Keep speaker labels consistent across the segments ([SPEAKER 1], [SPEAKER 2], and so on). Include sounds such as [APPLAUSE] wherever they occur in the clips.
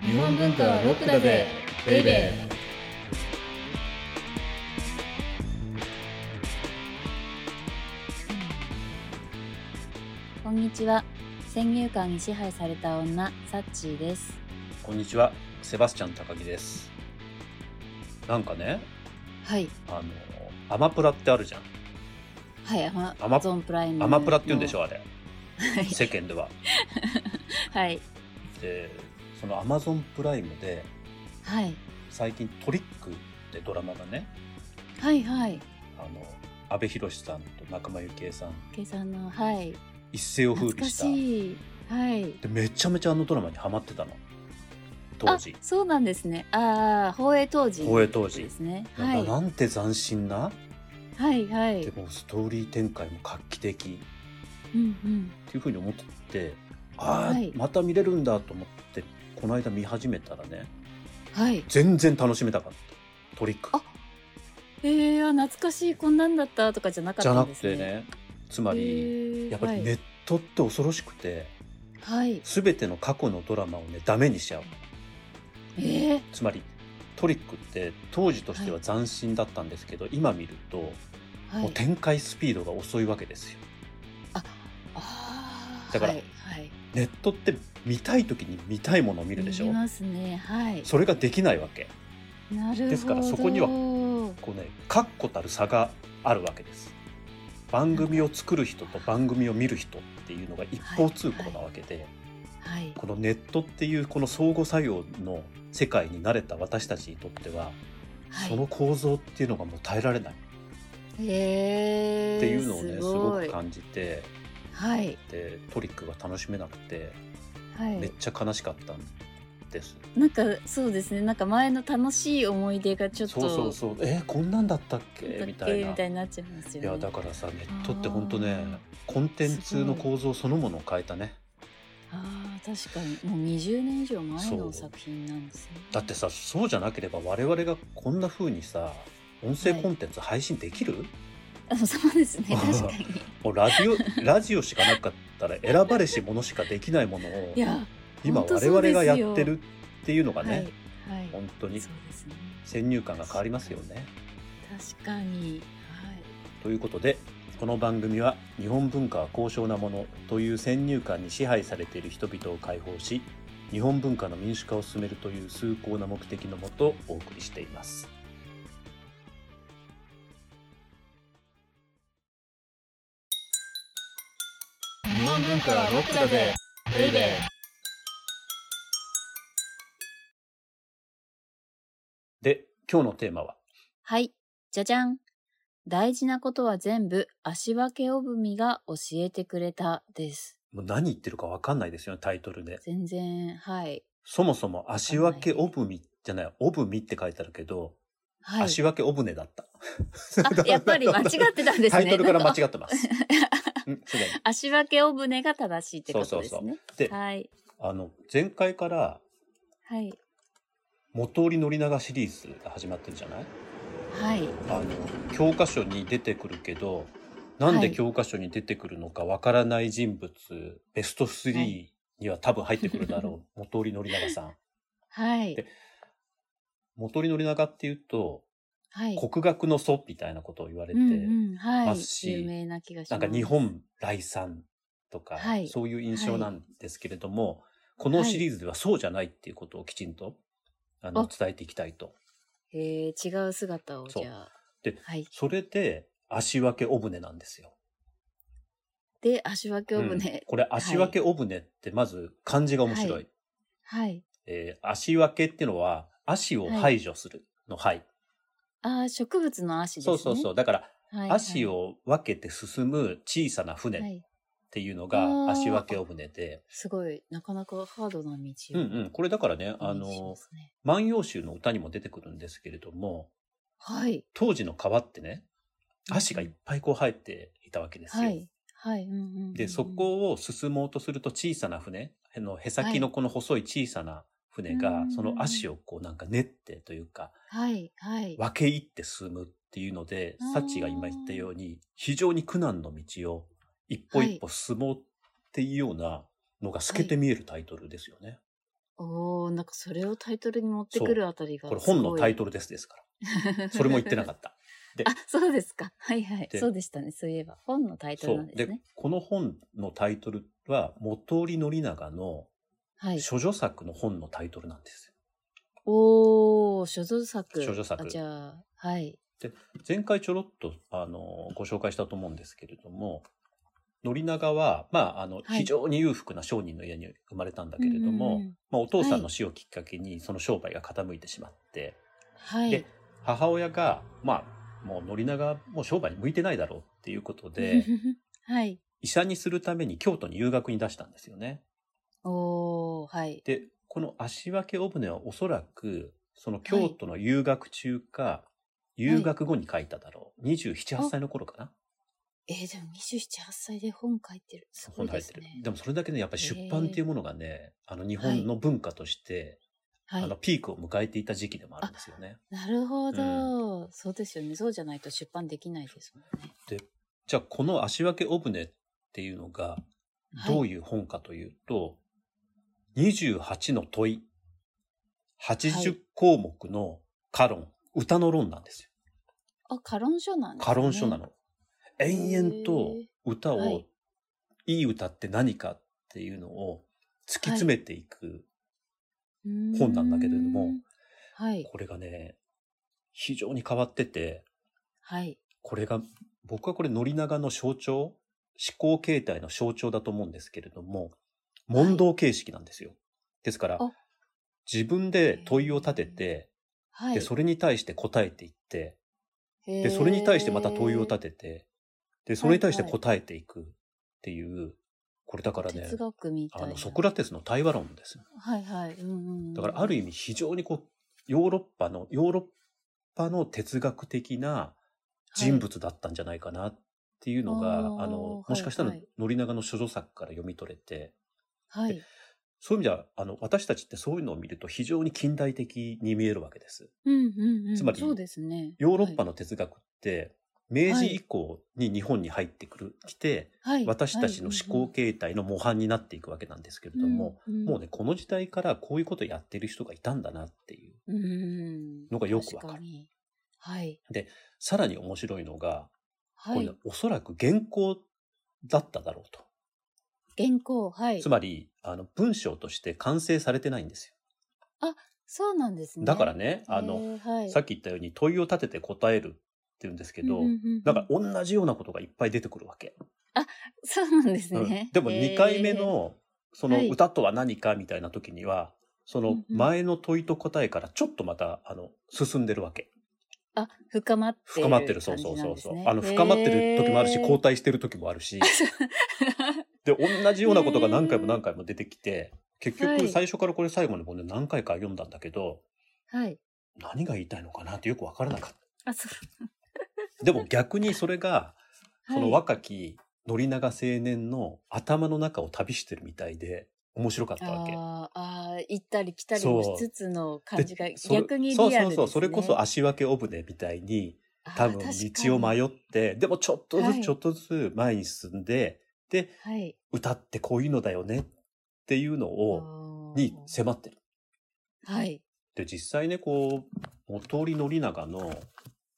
[SPEAKER 1] 日本文化はロックだぜベイベー
[SPEAKER 2] こんにちは先入観に支配された女サッチーです
[SPEAKER 3] こんにちは、セバスチャン高木です。なんかね、
[SPEAKER 2] はい
[SPEAKER 3] あの、アマプラってあるじゃん。
[SPEAKER 2] はいアマ
[SPEAKER 3] アマ
[SPEAKER 2] ゾンプライム
[SPEAKER 3] アマプラって言うんでし
[SPEAKER 2] ょ
[SPEAKER 3] ょ、あれ。
[SPEAKER 2] い
[SPEAKER 3] 世間では。
[SPEAKER 2] はい
[SPEAKER 3] で、そのアマゾンプライムで、
[SPEAKER 2] はい
[SPEAKER 3] 最近トリックってドラマがね、
[SPEAKER 2] はいはい
[SPEAKER 3] あの、阿部寛さんと仲間由紀恵さん、
[SPEAKER 2] 計算のはい
[SPEAKER 3] 一世を風
[SPEAKER 2] 懐か
[SPEAKER 3] 靡した。
[SPEAKER 2] しいはい
[SPEAKER 3] で、めちゃめちゃあのドラマにハマってたの。当時
[SPEAKER 2] あ。そうなんですねああ放映当時
[SPEAKER 3] 放映当時
[SPEAKER 2] ですねは
[SPEAKER 3] ないんかなんて斬新な、
[SPEAKER 2] はいはい
[SPEAKER 3] でもストーリー展開も画期的。
[SPEAKER 2] うんうん
[SPEAKER 3] っていうふうに思ってああ、
[SPEAKER 2] はい
[SPEAKER 3] また見れるんだと思ってこの間見始めたらね
[SPEAKER 2] はい
[SPEAKER 3] 全然楽しめたかったトリック
[SPEAKER 2] あえー、あ懐かしいこんなんだったとかじゃなかっ
[SPEAKER 3] じゃ
[SPEAKER 2] た
[SPEAKER 3] なんく
[SPEAKER 2] ですね
[SPEAKER 3] てねつまり、
[SPEAKER 2] へー
[SPEAKER 3] やっぱりネットって恐ろしくて、
[SPEAKER 2] はい、はい、
[SPEAKER 3] 全ての過去のドラマをねダメにしちゃう
[SPEAKER 2] えー、
[SPEAKER 3] つまりトリックって当時としては斬新だったんですけど、今見ると、
[SPEAKER 2] は
[SPEAKER 3] もう
[SPEAKER 2] い
[SPEAKER 3] 展開スピードが遅いわけですよ
[SPEAKER 2] あー
[SPEAKER 3] だから
[SPEAKER 2] はいはい
[SPEAKER 3] ネットって見たい時に見たいものを見るでしょ
[SPEAKER 2] 見ますねはい
[SPEAKER 3] それができないわけ
[SPEAKER 2] なるほど
[SPEAKER 3] ですからそこにはこうね確固たる差があるわけです番組を作る人と番組を見る人っていうのが一方通行なわけで、
[SPEAKER 2] はい
[SPEAKER 3] このネットっていうこの相互作用の世界に慣れた私たちにとっては、
[SPEAKER 2] はい
[SPEAKER 3] その構造っていうのがもう耐えられないっ
[SPEAKER 2] へー
[SPEAKER 3] ていうのをね、すご
[SPEAKER 2] い
[SPEAKER 3] く感じて
[SPEAKER 2] はい
[SPEAKER 3] でトリックが楽しめなくて
[SPEAKER 2] は
[SPEAKER 3] めっ
[SPEAKER 2] い
[SPEAKER 3] ちゃ悲しかったんです、
[SPEAKER 2] なんかそうですねなんか前の楽しい思い出がちょっと
[SPEAKER 3] そうそうそうえーこんなんだったっ
[SPEAKER 2] だっ
[SPEAKER 3] け
[SPEAKER 2] け
[SPEAKER 3] みたいな
[SPEAKER 2] みたいになっちゃいますよ
[SPEAKER 3] い
[SPEAKER 2] ね
[SPEAKER 3] やだからさネットって本当ね
[SPEAKER 2] あ
[SPEAKER 3] コンテンツの構造そのものを変えたね
[SPEAKER 2] あー確かにもう20年以上前
[SPEAKER 3] そ
[SPEAKER 2] の
[SPEAKER 3] う
[SPEAKER 2] 作品なんですね
[SPEAKER 3] だってさそうじゃなければ我々がこんな風にさ音声コンテンツ配信できる、
[SPEAKER 2] あそうです
[SPEAKER 3] [LAUGHS]
[SPEAKER 2] ね確かに
[SPEAKER 3] もうラジオ [LAUGHS] ラジオしかなかったら選ばれし者しかできないものを
[SPEAKER 2] いや
[SPEAKER 3] 今
[SPEAKER 2] 本当
[SPEAKER 3] 我
[SPEAKER 2] そう
[SPEAKER 3] 々
[SPEAKER 2] ですよ
[SPEAKER 3] がやってるっていうのがね、
[SPEAKER 2] はいはい
[SPEAKER 3] 本当に
[SPEAKER 2] そうですね
[SPEAKER 3] 先入観が変わりますよね。
[SPEAKER 2] 確かにはい
[SPEAKER 3] ということでこの番組は日本文化は高尚なものという先入観に支配されている人々を解放し日本文化の民主化を進めるという崇高な目的のもとお送りしています。
[SPEAKER 1] 日本文化はロックだぜベイベー
[SPEAKER 3] で今日のテーマは
[SPEAKER 2] はい、じゃじゃん。大事なことは全部足分けおぶみが教えてくれたです。
[SPEAKER 3] もう何言ってるか分かんないですよねタイトルで。
[SPEAKER 2] 全然、はい。
[SPEAKER 3] そもそも足分けオブミじゃないオブミって書いてあるけど、
[SPEAKER 2] はい。
[SPEAKER 3] 足分けオブネだった。 [LAUGHS]
[SPEAKER 2] あ、やっぱり間違ってたんですね。
[SPEAKER 3] タイトルから間
[SPEAKER 2] なんか
[SPEAKER 3] 違ってます。うんすでに
[SPEAKER 2] [LAUGHS] 足分けおぶねが正しいってことですね。
[SPEAKER 3] そうで
[SPEAKER 2] はい。
[SPEAKER 3] あの前回から
[SPEAKER 2] はい。
[SPEAKER 3] 元織宣長シリーズが始まってるじゃない
[SPEAKER 2] はい。
[SPEAKER 3] あの教科書に出てくるけどなんで教科書に出てくるのかわからない人物、ベスト3には多分入ってくるだろ
[SPEAKER 2] [LAUGHS]
[SPEAKER 3] う元織宣長さん。
[SPEAKER 2] はい
[SPEAKER 3] で。元織宣長っていうと
[SPEAKER 2] はい。
[SPEAKER 3] 国学の祖みたいなことを言われ
[SPEAKER 2] う
[SPEAKER 3] て、
[SPEAKER 2] んうん。は
[SPEAKER 3] ま
[SPEAKER 2] い
[SPEAKER 3] す。し
[SPEAKER 2] 有名な気がし
[SPEAKER 3] な
[SPEAKER 2] ます。
[SPEAKER 3] んか日本来産とか、
[SPEAKER 2] はい
[SPEAKER 3] そういう印象なんですけれども、このシリーズではそうじゃないっていうことをきちんとあの
[SPEAKER 2] あ
[SPEAKER 3] 伝えていきたいと。
[SPEAKER 2] えー、違う姿を、
[SPEAKER 3] そう
[SPEAKER 2] じゃあ。
[SPEAKER 3] で
[SPEAKER 2] はい。
[SPEAKER 3] それで足分けお船なんですよ。
[SPEAKER 2] で、足分けおぶ
[SPEAKER 3] うん
[SPEAKER 2] ね。
[SPEAKER 3] これ足分けお船ってまず漢字が面白い。
[SPEAKER 2] はいはい。
[SPEAKER 3] えー足分けってのは足を排除するの排、
[SPEAKER 2] ああ、植物の足です
[SPEAKER 3] そう
[SPEAKER 2] ね。
[SPEAKER 3] そうそう。だから
[SPEAKER 2] はい。
[SPEAKER 3] 足を分けて進む小さな
[SPEAKER 2] は
[SPEAKER 3] 船っ
[SPEAKER 2] い。
[SPEAKER 3] ていうの
[SPEAKER 2] あー
[SPEAKER 3] が足分けお船で、
[SPEAKER 2] すごい、なかなかハードな道を。
[SPEAKER 3] うんうん。これだからね、あ
[SPEAKER 2] イメージしま
[SPEAKER 3] の、
[SPEAKER 2] すね
[SPEAKER 3] 万葉集の歌にも出てくるんですけれども、
[SPEAKER 2] はい。
[SPEAKER 3] 当時の川ってね足がいっぱいこう生えていたわけですよ。
[SPEAKER 2] はい。はい。うんうんうんうん
[SPEAKER 3] でそ、こを進もうとすると小さな船あのへさきのこの細い小さな船が、
[SPEAKER 2] うん
[SPEAKER 3] その足をこうなんか練ってというか
[SPEAKER 2] はい。はい。
[SPEAKER 3] 分け入って進むっていうので
[SPEAKER 2] あー
[SPEAKER 3] サッチが今言ったように非常に苦難の道を一歩一歩進もうっていうようなのが透けて見えるタイトルですよね。
[SPEAKER 2] おー、なんかそれをタイトルに持ってくるあたりが。
[SPEAKER 3] これ本のタイ
[SPEAKER 2] ト
[SPEAKER 3] トルですですから。それも言ってなか
[SPEAKER 2] た。
[SPEAKER 3] っ
[SPEAKER 2] [LAUGHS]
[SPEAKER 3] た。
[SPEAKER 2] あ、そうですか。はいはい。
[SPEAKER 3] で
[SPEAKER 2] そうでしたね。そういえば。本のタイトル
[SPEAKER 3] そ
[SPEAKER 2] な。
[SPEAKER 3] うん
[SPEAKER 2] です
[SPEAKER 3] で
[SPEAKER 2] ね。、
[SPEAKER 3] この本のタイトルは、元利宣長の
[SPEAKER 2] はい。
[SPEAKER 3] 諸女作の本のタイトルなんです
[SPEAKER 2] おー、所蔵作。
[SPEAKER 3] 所蔵作
[SPEAKER 2] あじゃあ、はい。
[SPEAKER 3] よ。前回ちょろっと、あの、ご紹介したと思うんですけれども、宣長は、まあ、あの、
[SPEAKER 2] はい
[SPEAKER 3] 非常に裕福な商人の家に生まれたんだけれども、
[SPEAKER 2] うんうんうん
[SPEAKER 3] まあ、お父さんの死をきっかけに、その商売が傾いてしまって、
[SPEAKER 2] は
[SPEAKER 3] で
[SPEAKER 2] い。
[SPEAKER 3] 母親が、まあ、もう宣長はもう商売に向いてないだろうっていうことで、
[SPEAKER 2] [LAUGHS] はい。
[SPEAKER 3] 医者にするために京都に留学に出したんですよね。
[SPEAKER 2] おー、はい。
[SPEAKER 3] で、この足分けオブネはおそらく、その京都の留学中か、留学後に書いただろう。27、8歳の頃かな。
[SPEAKER 2] えー、でも27、8歳で本書いてる。すご
[SPEAKER 3] 本
[SPEAKER 2] い
[SPEAKER 3] 入
[SPEAKER 2] で
[SPEAKER 3] って
[SPEAKER 2] す
[SPEAKER 3] る。で
[SPEAKER 2] ね。
[SPEAKER 3] もそれだけね、やっぱり出版っていうものがね、あの日本の文化として、
[SPEAKER 2] は
[SPEAKER 3] あの
[SPEAKER 2] い。
[SPEAKER 3] ピークを迎えていた時期でもあるんですよね。
[SPEAKER 2] なるほど。そうですよね。そうじゃないと出版できないですもんね。
[SPEAKER 3] じゃあこの足分けオブネっていうのが、
[SPEAKER 2] はい
[SPEAKER 3] どういう本かというと、28の問い、80項目の歌論、歌の論なんですよ。
[SPEAKER 2] あ、カロン書なんですね。
[SPEAKER 3] カロン書な。の。延々と歌
[SPEAKER 2] は
[SPEAKER 3] を
[SPEAKER 2] い、
[SPEAKER 3] いい歌って何かっていうのを突き詰めていく。本なんだけれども。
[SPEAKER 2] はい。
[SPEAKER 3] これがね、非常に変わってて、
[SPEAKER 2] はい。
[SPEAKER 3] これが、僕はこれ、宣長の象徴、思考形態の象徴だと思うんですけれども、問答形式なんですよ。ですから
[SPEAKER 2] あ、
[SPEAKER 3] 自分で問いを立てて、
[SPEAKER 2] はい。
[SPEAKER 3] で、それに対して答えていって、
[SPEAKER 2] で
[SPEAKER 3] で、それに対してまた問いを立てて、で、それに対して答えていくっていう、これだからね
[SPEAKER 2] 哲、学みたい
[SPEAKER 3] あ
[SPEAKER 2] な。
[SPEAKER 3] の、ソクラテスの対話論ですよ。
[SPEAKER 2] はいはい。うんうんうん
[SPEAKER 3] だから、ある意味非常にこう、ヨーロッパの、ヨーロッパの哲学的な人物だったんじゃないかなっていうのが、
[SPEAKER 2] あー
[SPEAKER 3] あの、もしかしたら
[SPEAKER 2] はいはい、
[SPEAKER 3] 宣長の諸女作から読み取れて、
[SPEAKER 2] はい。はい
[SPEAKER 3] そういう意味では、あの、私たちってそういうのを見ると非常に近代的に見えるわけです。
[SPEAKER 2] うんうんうん。
[SPEAKER 3] つまり
[SPEAKER 2] そうですね。
[SPEAKER 3] ヨーロッパ
[SPEAKER 2] の、
[SPEAKER 3] の哲学って、明治以降に日本に入ってくる、来て、
[SPEAKER 2] はい
[SPEAKER 3] 私たちの思考形態の模範になっていくわけなんですけれども、、
[SPEAKER 2] はいんん
[SPEAKER 3] もうね、この時代からこういうことやってる人がいたんだなっていう。
[SPEAKER 2] うん
[SPEAKER 3] のがよくわかる
[SPEAKER 2] 確にはい。
[SPEAKER 3] さらに面白いのが、
[SPEAKER 2] は
[SPEAKER 3] これ
[SPEAKER 2] い
[SPEAKER 3] ね。おそらく原稿だっただろうと。
[SPEAKER 2] 原稿、はい
[SPEAKER 3] つ。まり、あの、文章として完成されてないんです
[SPEAKER 2] そうなんです
[SPEAKER 3] よ。
[SPEAKER 2] ね。
[SPEAKER 3] だからね、あの、
[SPEAKER 2] えー、はい。
[SPEAKER 3] さ
[SPEAKER 2] っ
[SPEAKER 3] っき言ったように問いを立てて答えるって言うんですけ
[SPEAKER 2] き
[SPEAKER 3] ど、なんか、同じようなことがいっぱい出てくるわけ。
[SPEAKER 2] そうなんです
[SPEAKER 3] うん
[SPEAKER 2] ね。
[SPEAKER 3] でも
[SPEAKER 2] えー
[SPEAKER 3] 2回目、の、その
[SPEAKER 2] はい
[SPEAKER 3] 歌とは何かみたいな時には、そ
[SPEAKER 2] うんう
[SPEAKER 3] の
[SPEAKER 2] ん
[SPEAKER 3] 前の問いと答えからちょっとまた、あの、進んでるわけ。
[SPEAKER 2] あ、深まってる。
[SPEAKER 3] 深まってる、そうそうそうそう、あの、
[SPEAKER 2] へー
[SPEAKER 3] 深まってる時もあるし、後退してる時もあ
[SPEAKER 2] [LAUGHS]
[SPEAKER 3] るし、で、同じようなことが何回も何回も出てきて、結
[SPEAKER 2] は
[SPEAKER 3] 局
[SPEAKER 2] い
[SPEAKER 3] 最初からこれ最後の本で何回か読んだんだけど、
[SPEAKER 2] はい。
[SPEAKER 3] 何が言いたいのかなってよくわからなかっ
[SPEAKER 2] あ、そう。
[SPEAKER 3] た。でも逆にそれが、その
[SPEAKER 2] [LAUGHS] はい
[SPEAKER 3] 若き宣長青年の頭の中を旅してるみたいで、面白かったわけ。
[SPEAKER 2] あーあー、行ったり来たりもしつつの感じが
[SPEAKER 3] でそれ
[SPEAKER 2] 逆にリアルです、ね。
[SPEAKER 3] そうそうそうそれこそ足分けオブネみたいに多分道を
[SPEAKER 2] っ
[SPEAKER 3] 迷ってでもちょっとず
[SPEAKER 2] はい
[SPEAKER 3] つちょっとずつ前に進んで、で
[SPEAKER 2] はい、
[SPEAKER 3] 歌ってこういうのだよねっていうのを
[SPEAKER 2] あー
[SPEAKER 3] に迫ってる。
[SPEAKER 2] はい。
[SPEAKER 3] で実際ねこう元利宣長の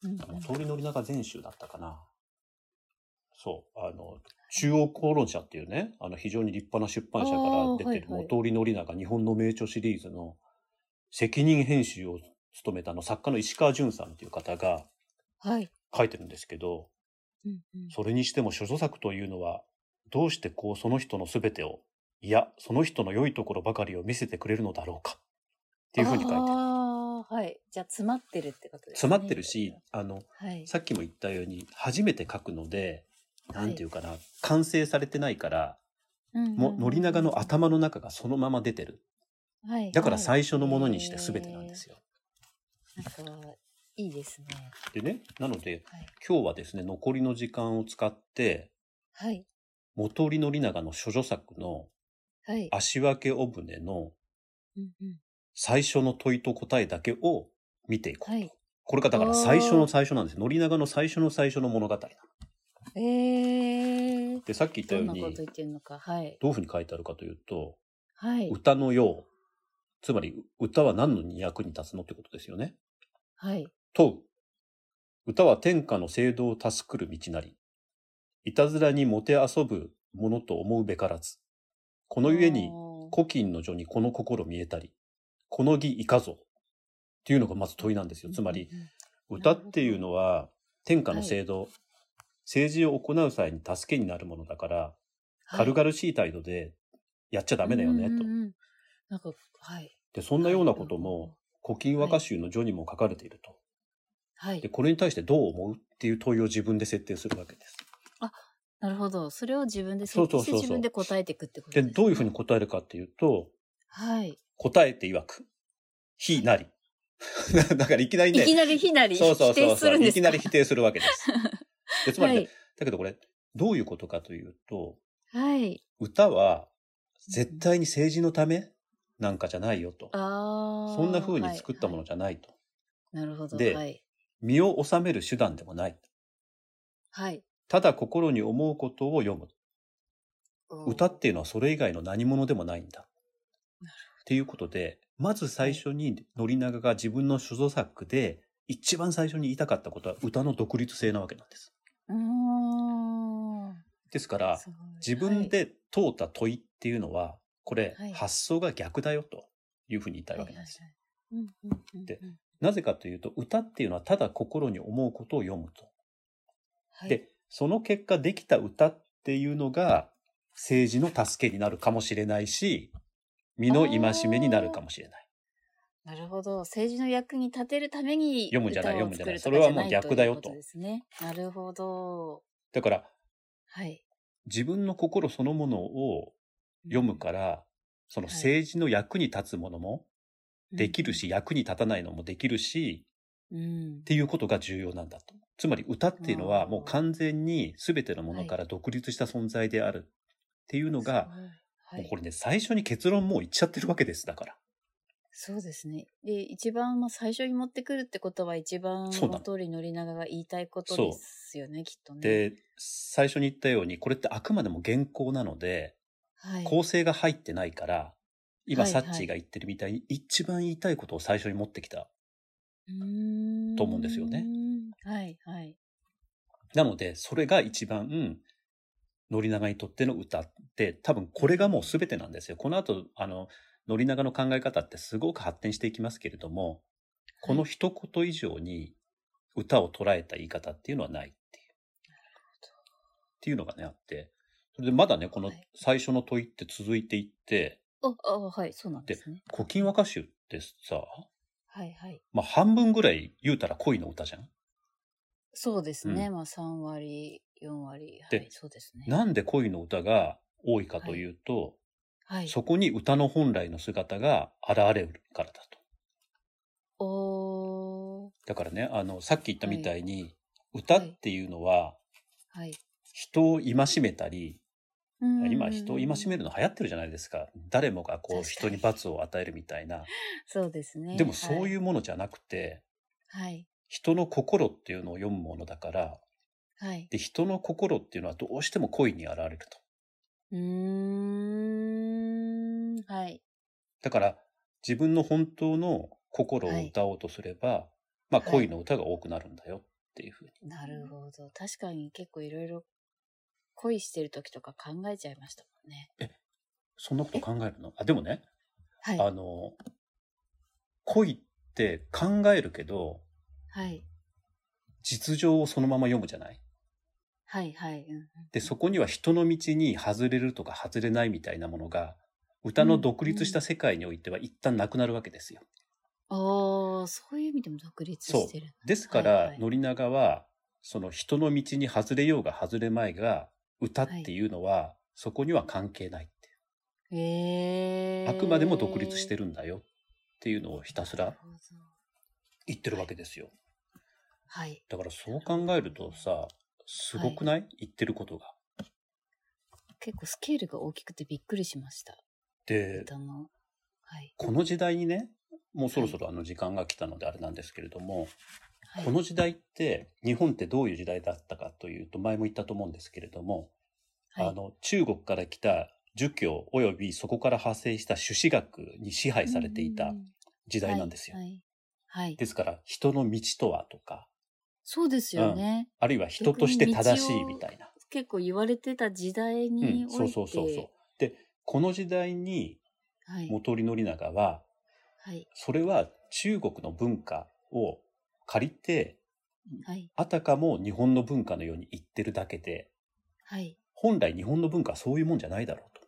[SPEAKER 2] うんうん
[SPEAKER 3] 元利宣長全集だったかな。そうあの中央公論社っていうねあの非常に立派な出版社から出てる
[SPEAKER 2] あーはいはい
[SPEAKER 3] 元利宣長日本の名著シリーズの責任編集を務めたあの作家の石川淳さんという方が
[SPEAKER 2] はい。
[SPEAKER 3] 書いてるんですけど、
[SPEAKER 2] うんうん
[SPEAKER 3] それにしても諸著作というのは、どうしてこうその人の全てを、いや、その人の良いところばかりを見せてくれるのだろうか。っていうふうに書いてる。
[SPEAKER 2] ああ、はい。じゃあ、詰まってるってことですね。
[SPEAKER 3] 詰まってるし、あの、
[SPEAKER 2] はい。
[SPEAKER 3] さっきも言ったように、初めて書くので、
[SPEAKER 2] は
[SPEAKER 3] ないんていうかな、完成されてないから、もう、
[SPEAKER 2] り
[SPEAKER 3] 宣長の、頭の中がそのまま出てる。
[SPEAKER 2] はい、
[SPEAKER 3] だから
[SPEAKER 2] はい
[SPEAKER 3] 最初のものにして全てなんですよ。
[SPEAKER 2] なんか、いいですね。
[SPEAKER 3] でね、なので、
[SPEAKER 2] はい。
[SPEAKER 3] 今日はですね、残りの時間を使って、
[SPEAKER 2] はい。
[SPEAKER 3] 元利宣長の諸著作の
[SPEAKER 2] はい。
[SPEAKER 3] 足分けお船の
[SPEAKER 2] うんうん
[SPEAKER 3] 最初の問いと答えだけを見ていこうと。
[SPEAKER 2] はい
[SPEAKER 3] これがだから最初の最初なんです。宣長の最初の最初の物語なの。
[SPEAKER 2] えー。
[SPEAKER 3] で、さっき言った
[SPEAKER 2] ど
[SPEAKER 3] ようん
[SPEAKER 2] なこ
[SPEAKER 3] に、
[SPEAKER 2] と言ってるのか。はい。
[SPEAKER 3] どういうふうに書いてあるかというと、
[SPEAKER 2] はい。
[SPEAKER 3] 歌のよつまり歌は何のに役に立つのってことですよね。
[SPEAKER 2] はい。
[SPEAKER 3] 問う。歌は天下の聖堂を助くる道なり。いたずらにもてあそぶものと思うべからず。このゆえに、
[SPEAKER 2] おー
[SPEAKER 3] 古今の女にこの心見えたり。この儀いかぞ。っていうのがまず問いなんですよ。つまり、、歌っていうのは天下の制度、政治を行う際に助けになるものだから、軽々しい態度でやっちゃダ
[SPEAKER 2] ダ
[SPEAKER 3] メだよね、と。
[SPEAKER 2] なんか、はい。
[SPEAKER 3] で、そんなようなことも、古今和歌集の序にも書かれていると。
[SPEAKER 2] はい
[SPEAKER 3] で、。これに対してどう思うっていう問いを自分で設定するわけです。
[SPEAKER 2] なるほど。それを自分で
[SPEAKER 3] そ
[SPEAKER 2] 設
[SPEAKER 3] うそう
[SPEAKER 2] 定
[SPEAKER 3] そう
[SPEAKER 2] して自
[SPEAKER 3] そう
[SPEAKER 2] 分で答えていくってこと
[SPEAKER 3] で、
[SPEAKER 2] ですね。
[SPEAKER 3] どういうふうに答えるかっていうと、
[SPEAKER 2] はい。
[SPEAKER 3] 答えて曰く、非なり。 [LAUGHS] だからいきなり
[SPEAKER 2] い
[SPEAKER 3] ね、
[SPEAKER 2] きなり非なり
[SPEAKER 3] そう
[SPEAKER 2] 否
[SPEAKER 3] そうそ
[SPEAKER 2] 定
[SPEAKER 3] う
[SPEAKER 2] す
[SPEAKER 3] そ
[SPEAKER 2] るん
[SPEAKER 3] う、
[SPEAKER 2] で
[SPEAKER 3] い
[SPEAKER 2] す
[SPEAKER 3] き
[SPEAKER 2] か
[SPEAKER 3] なり否定するわけ
[SPEAKER 2] [LAUGHS]
[SPEAKER 3] です。でつまりね、
[SPEAKER 2] はい
[SPEAKER 3] だけどこれ、どういうことかというと、
[SPEAKER 2] はい。
[SPEAKER 3] 歌は絶対に政治のためなんかじゃないよと。
[SPEAKER 2] ああ。
[SPEAKER 3] そんな風に作ったもの
[SPEAKER 2] はい
[SPEAKER 3] じゃないと。
[SPEAKER 2] はいなるほど。
[SPEAKER 3] で
[SPEAKER 2] はい。
[SPEAKER 3] 身を収める手段でもない。
[SPEAKER 2] はい。
[SPEAKER 3] ただ心に思うことを読む。
[SPEAKER 2] おー
[SPEAKER 3] 歌っていうのはそれ以外の何物でもないんだ。っていうことで、まず最初に宣長が自分の所蔵作で一番最初に言いたかったことは歌の独立性なわけなんです。
[SPEAKER 2] うーん。
[SPEAKER 3] ですから
[SPEAKER 2] す、ごい
[SPEAKER 3] 自分で通った問いっていうのは、これ
[SPEAKER 2] はい
[SPEAKER 3] 発想が逆だよというふうに言いたいわけなんです。。
[SPEAKER 2] はいはいはいうんうんうんうん
[SPEAKER 3] でなぜかというと、歌っていうのはただ心に思うことを読むと。
[SPEAKER 2] はい
[SPEAKER 3] で、その結果できた歌っていうのが政治の助けになるかもしれないし、身の戒めになるかもしれない。
[SPEAKER 2] なるほど。政治の役に立てるために
[SPEAKER 3] 読むんじゃない
[SPEAKER 2] 歌を作る
[SPEAKER 3] 読むんじゃないそれはも
[SPEAKER 2] と
[SPEAKER 3] う
[SPEAKER 2] かじゃ
[SPEAKER 3] 逆だよと
[SPEAKER 2] いうことですね。なるほど。
[SPEAKER 3] だから、
[SPEAKER 2] はい。
[SPEAKER 3] 自分の心そのものを読むから、その
[SPEAKER 2] はい
[SPEAKER 3] 政治の役に立つもの
[SPEAKER 2] う
[SPEAKER 3] も
[SPEAKER 2] ん
[SPEAKER 3] できるし、、役に立たないのもできるし、
[SPEAKER 2] うん
[SPEAKER 3] っ。ていうことが重要なんだと。つまり歌っていうのは
[SPEAKER 2] うん
[SPEAKER 3] もう完全に全てのものから独立した存在であるっていうのが、
[SPEAKER 2] はい、
[SPEAKER 3] もうこれね、最初に結論もう言っちゃってるわけです、だから。
[SPEAKER 2] そうですね。で、一番、まあ、最初に持ってくるってことは、一番、
[SPEAKER 3] そう
[SPEAKER 2] そ
[SPEAKER 3] な
[SPEAKER 2] の
[SPEAKER 3] の
[SPEAKER 2] 通り宣長が言いたいこと
[SPEAKER 3] そう
[SPEAKER 2] ですよね、きっとね。、
[SPEAKER 3] で、最初に言ったように、これってあくまでも原稿なので、
[SPEAKER 2] はい、
[SPEAKER 3] 構成が入ってないから、今、
[SPEAKER 2] はい
[SPEAKER 3] サ
[SPEAKER 2] はい
[SPEAKER 3] ッチーが言ってるみたいに、一番言いたいことを最初に持ってきた。
[SPEAKER 2] うーん
[SPEAKER 3] と思うんですよね。
[SPEAKER 2] はい、はい。
[SPEAKER 3] なので、それが一番、ノリナガにとっての歌って、多分これがもう全てなんですよ。この後、あの、ノリナガの考え方ってすごく発展していきますけれども、この一言以上に歌を捉えた言い方っていうのはないっていう。っていうのがね、あって。それでまだね、この
[SPEAKER 2] はい
[SPEAKER 3] 最初の問いって続いていって、
[SPEAKER 2] あ、あ、はい、そうなんですね。
[SPEAKER 3] 古今和歌集ってさ、
[SPEAKER 2] はい、はい。
[SPEAKER 3] まあ半分ぐらい言うたら恋の歌じゃん。
[SPEAKER 2] そうですね。
[SPEAKER 3] う
[SPEAKER 2] まあ、3割、4割。は
[SPEAKER 3] で
[SPEAKER 2] い、そうですね。
[SPEAKER 3] なんで恋の歌が多いかというと、
[SPEAKER 2] はい。
[SPEAKER 3] そこに歌の本来の姿が現れるからだと。
[SPEAKER 2] おー。
[SPEAKER 3] だからね、あの、さっき言ったみたいに、歌っていうのは、
[SPEAKER 2] はい。
[SPEAKER 3] 人を戒めたり、今人を戒
[SPEAKER 2] め
[SPEAKER 3] めるの流行ってるじゃないですか。誰もがこう
[SPEAKER 2] 確かに
[SPEAKER 3] 人に罰を与えるみたいな。
[SPEAKER 2] そうですね。。
[SPEAKER 3] でもそういううものじゃなくて、
[SPEAKER 2] はい。
[SPEAKER 3] 人の心っていうのを読むものだから、
[SPEAKER 2] はい。
[SPEAKER 3] で、人の心っていうのはどうしても恋に現れると。
[SPEAKER 2] うーん。はい。
[SPEAKER 3] だから、自分の本当の心を歌おうとすれば、まあ
[SPEAKER 2] はい
[SPEAKER 3] 恋の歌が多くなるんだよっていうふうに。
[SPEAKER 2] なるほど。確かに結構いろいろ恋してる時とか考えちゃいましたもんね。
[SPEAKER 3] そんなこと考えるのあ、でもね、
[SPEAKER 2] はい。
[SPEAKER 3] あの、恋って考えるけど、
[SPEAKER 2] はい。
[SPEAKER 3] 実情をそのまま読むじゃない
[SPEAKER 2] はい。はい。うんうん
[SPEAKER 3] で、そこには人の道に外れるとか外れないみたいなものが、歌の独立した世界においては一旦なくなるわけですよ。
[SPEAKER 2] ああ、そういう意味でも独立
[SPEAKER 3] そう
[SPEAKER 2] してるんだ。
[SPEAKER 3] ですか
[SPEAKER 2] はい
[SPEAKER 3] ら
[SPEAKER 2] は、い
[SPEAKER 3] 宣長は、その人の道に外れようが外れまいが、歌っていうのは、そこには関係ないって
[SPEAKER 2] へえ。
[SPEAKER 3] あくまでも独立してるんだよっていうのをひたす
[SPEAKER 2] な
[SPEAKER 3] ら
[SPEAKER 2] るほど
[SPEAKER 3] 言ってるわけですよ。
[SPEAKER 2] はい。
[SPEAKER 3] だからそう考えるとさ、すごくない、言ってることが。
[SPEAKER 2] 結構スケールが大きくてびっくりしました。
[SPEAKER 3] で、
[SPEAKER 2] 歌の。はい。
[SPEAKER 3] この時代にね、もうそろそろあの時間が来たのであれなんですけれども、
[SPEAKER 2] はい
[SPEAKER 3] この時代って、日本ってどういう時代だったかというと、前も言ったと思うんですけれども、
[SPEAKER 2] はい
[SPEAKER 3] あの、中国から来た儒教及びそこから派生した朱子学に支配されていた時代なんですよ。
[SPEAKER 2] はい。はいはい
[SPEAKER 3] ですから、人の道とはとか、
[SPEAKER 2] そうですよね。
[SPEAKER 3] あるいは人として正しいみたいな。
[SPEAKER 2] 結構言われてた時代
[SPEAKER 3] う
[SPEAKER 2] に
[SPEAKER 3] ん、
[SPEAKER 2] お
[SPEAKER 3] そう
[SPEAKER 2] いて、
[SPEAKER 3] そうそうそう。で、この時代に
[SPEAKER 2] はい。
[SPEAKER 3] 元利宣長は、
[SPEAKER 2] はい。
[SPEAKER 3] それは中国の文化を借りて、
[SPEAKER 2] はい。
[SPEAKER 3] あたかも日本の文化のように言ってるだけで、
[SPEAKER 2] はい。
[SPEAKER 3] 本来日本の文化はそういうもんじゃないだろうと。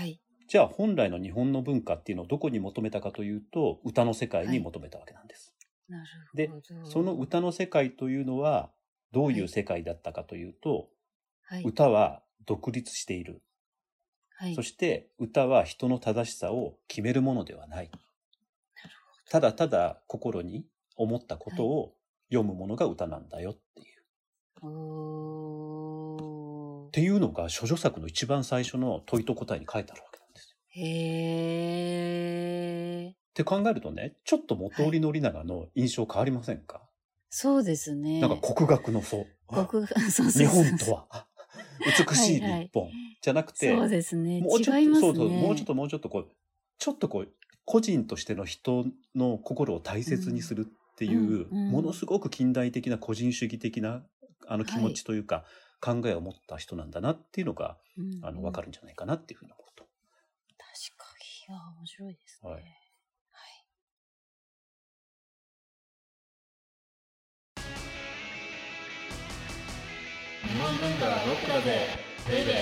[SPEAKER 2] はい。
[SPEAKER 3] じゃあ本来の日本の文化っていうのをどこに求めたかというと、歌の世界に求めたわけなんです。
[SPEAKER 2] なる
[SPEAKER 3] で
[SPEAKER 2] ほど。
[SPEAKER 3] その、歌の世界というのは、どういう世界だったかというと、
[SPEAKER 2] はい。
[SPEAKER 3] 歌は独立している。
[SPEAKER 2] はい。
[SPEAKER 3] そして歌は人の正しさを決めるものではない。ただただ心に思ったことを読むものが歌なんだよっていう。
[SPEAKER 2] お
[SPEAKER 3] っ
[SPEAKER 2] ー
[SPEAKER 3] ていうのが、諸女作の一番最初の問いと答えに書いてあるわけなんですよ。
[SPEAKER 2] へー。
[SPEAKER 3] って考えるとね、ちょっと元織宣長の印象変わりませんか、
[SPEAKER 2] そうですね。
[SPEAKER 3] なんか国学の祖。
[SPEAKER 2] 国 [LAUGHS] そうそうそう
[SPEAKER 3] 日本とは美しい日本じゃなくて、
[SPEAKER 2] そうですね。
[SPEAKER 3] もうちょっ
[SPEAKER 2] 違い
[SPEAKER 3] と、
[SPEAKER 2] ますね。
[SPEAKER 3] そうそう、もうちょっともうちょっとこう、ちょっとこう、個人としての人の心を大切にするっていう、
[SPEAKER 2] うんうん
[SPEAKER 3] ものすごく近代的な個人主義的な、あの気持ちというか、考えを持った人なんだなっていうのが、
[SPEAKER 2] うんうん、
[SPEAKER 3] あの、わかるんじゃないかなっていうふうに思うと。
[SPEAKER 2] 確かに。いや、面白いですね。
[SPEAKER 3] はい
[SPEAKER 2] はい
[SPEAKER 1] 日本文化はロックだぜベイベー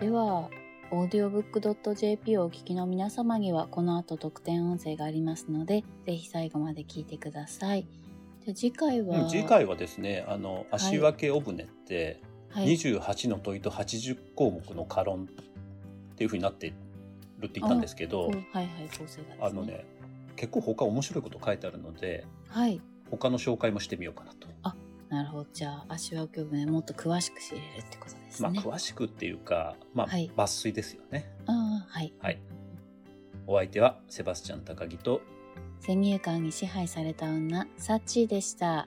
[SPEAKER 2] では、オーディオブックドット JP をお聞きの皆様には、この後特典音声がありますので、ぜひ最後まで聞いてください。じゃあ次回は、
[SPEAKER 3] うん次回はですね、あの、
[SPEAKER 2] い
[SPEAKER 3] 足分けお船って、
[SPEAKER 2] はい、
[SPEAKER 3] 28の問いと80項目のカロンっていうふうになってるって言ったんですけ
[SPEAKER 2] こ
[SPEAKER 3] ど
[SPEAKER 2] う、はいはい、構成がですね。
[SPEAKER 3] あの。ね、結構他面白いこと書いてあるので、
[SPEAKER 2] はい。
[SPEAKER 3] 他の紹介もしてみようかなと。
[SPEAKER 2] なるほど。じゃあ、足は曲ね、もっと詳しく知れるってことです
[SPEAKER 3] まあ、
[SPEAKER 2] ね。
[SPEAKER 3] 詳しくっていうか、まあ
[SPEAKER 2] はい、
[SPEAKER 3] 抜粋ですよね。
[SPEAKER 2] ああ、はい。
[SPEAKER 3] はいお相手はセバスチャン高木と
[SPEAKER 2] 先入観に支配された女、サッチーでした。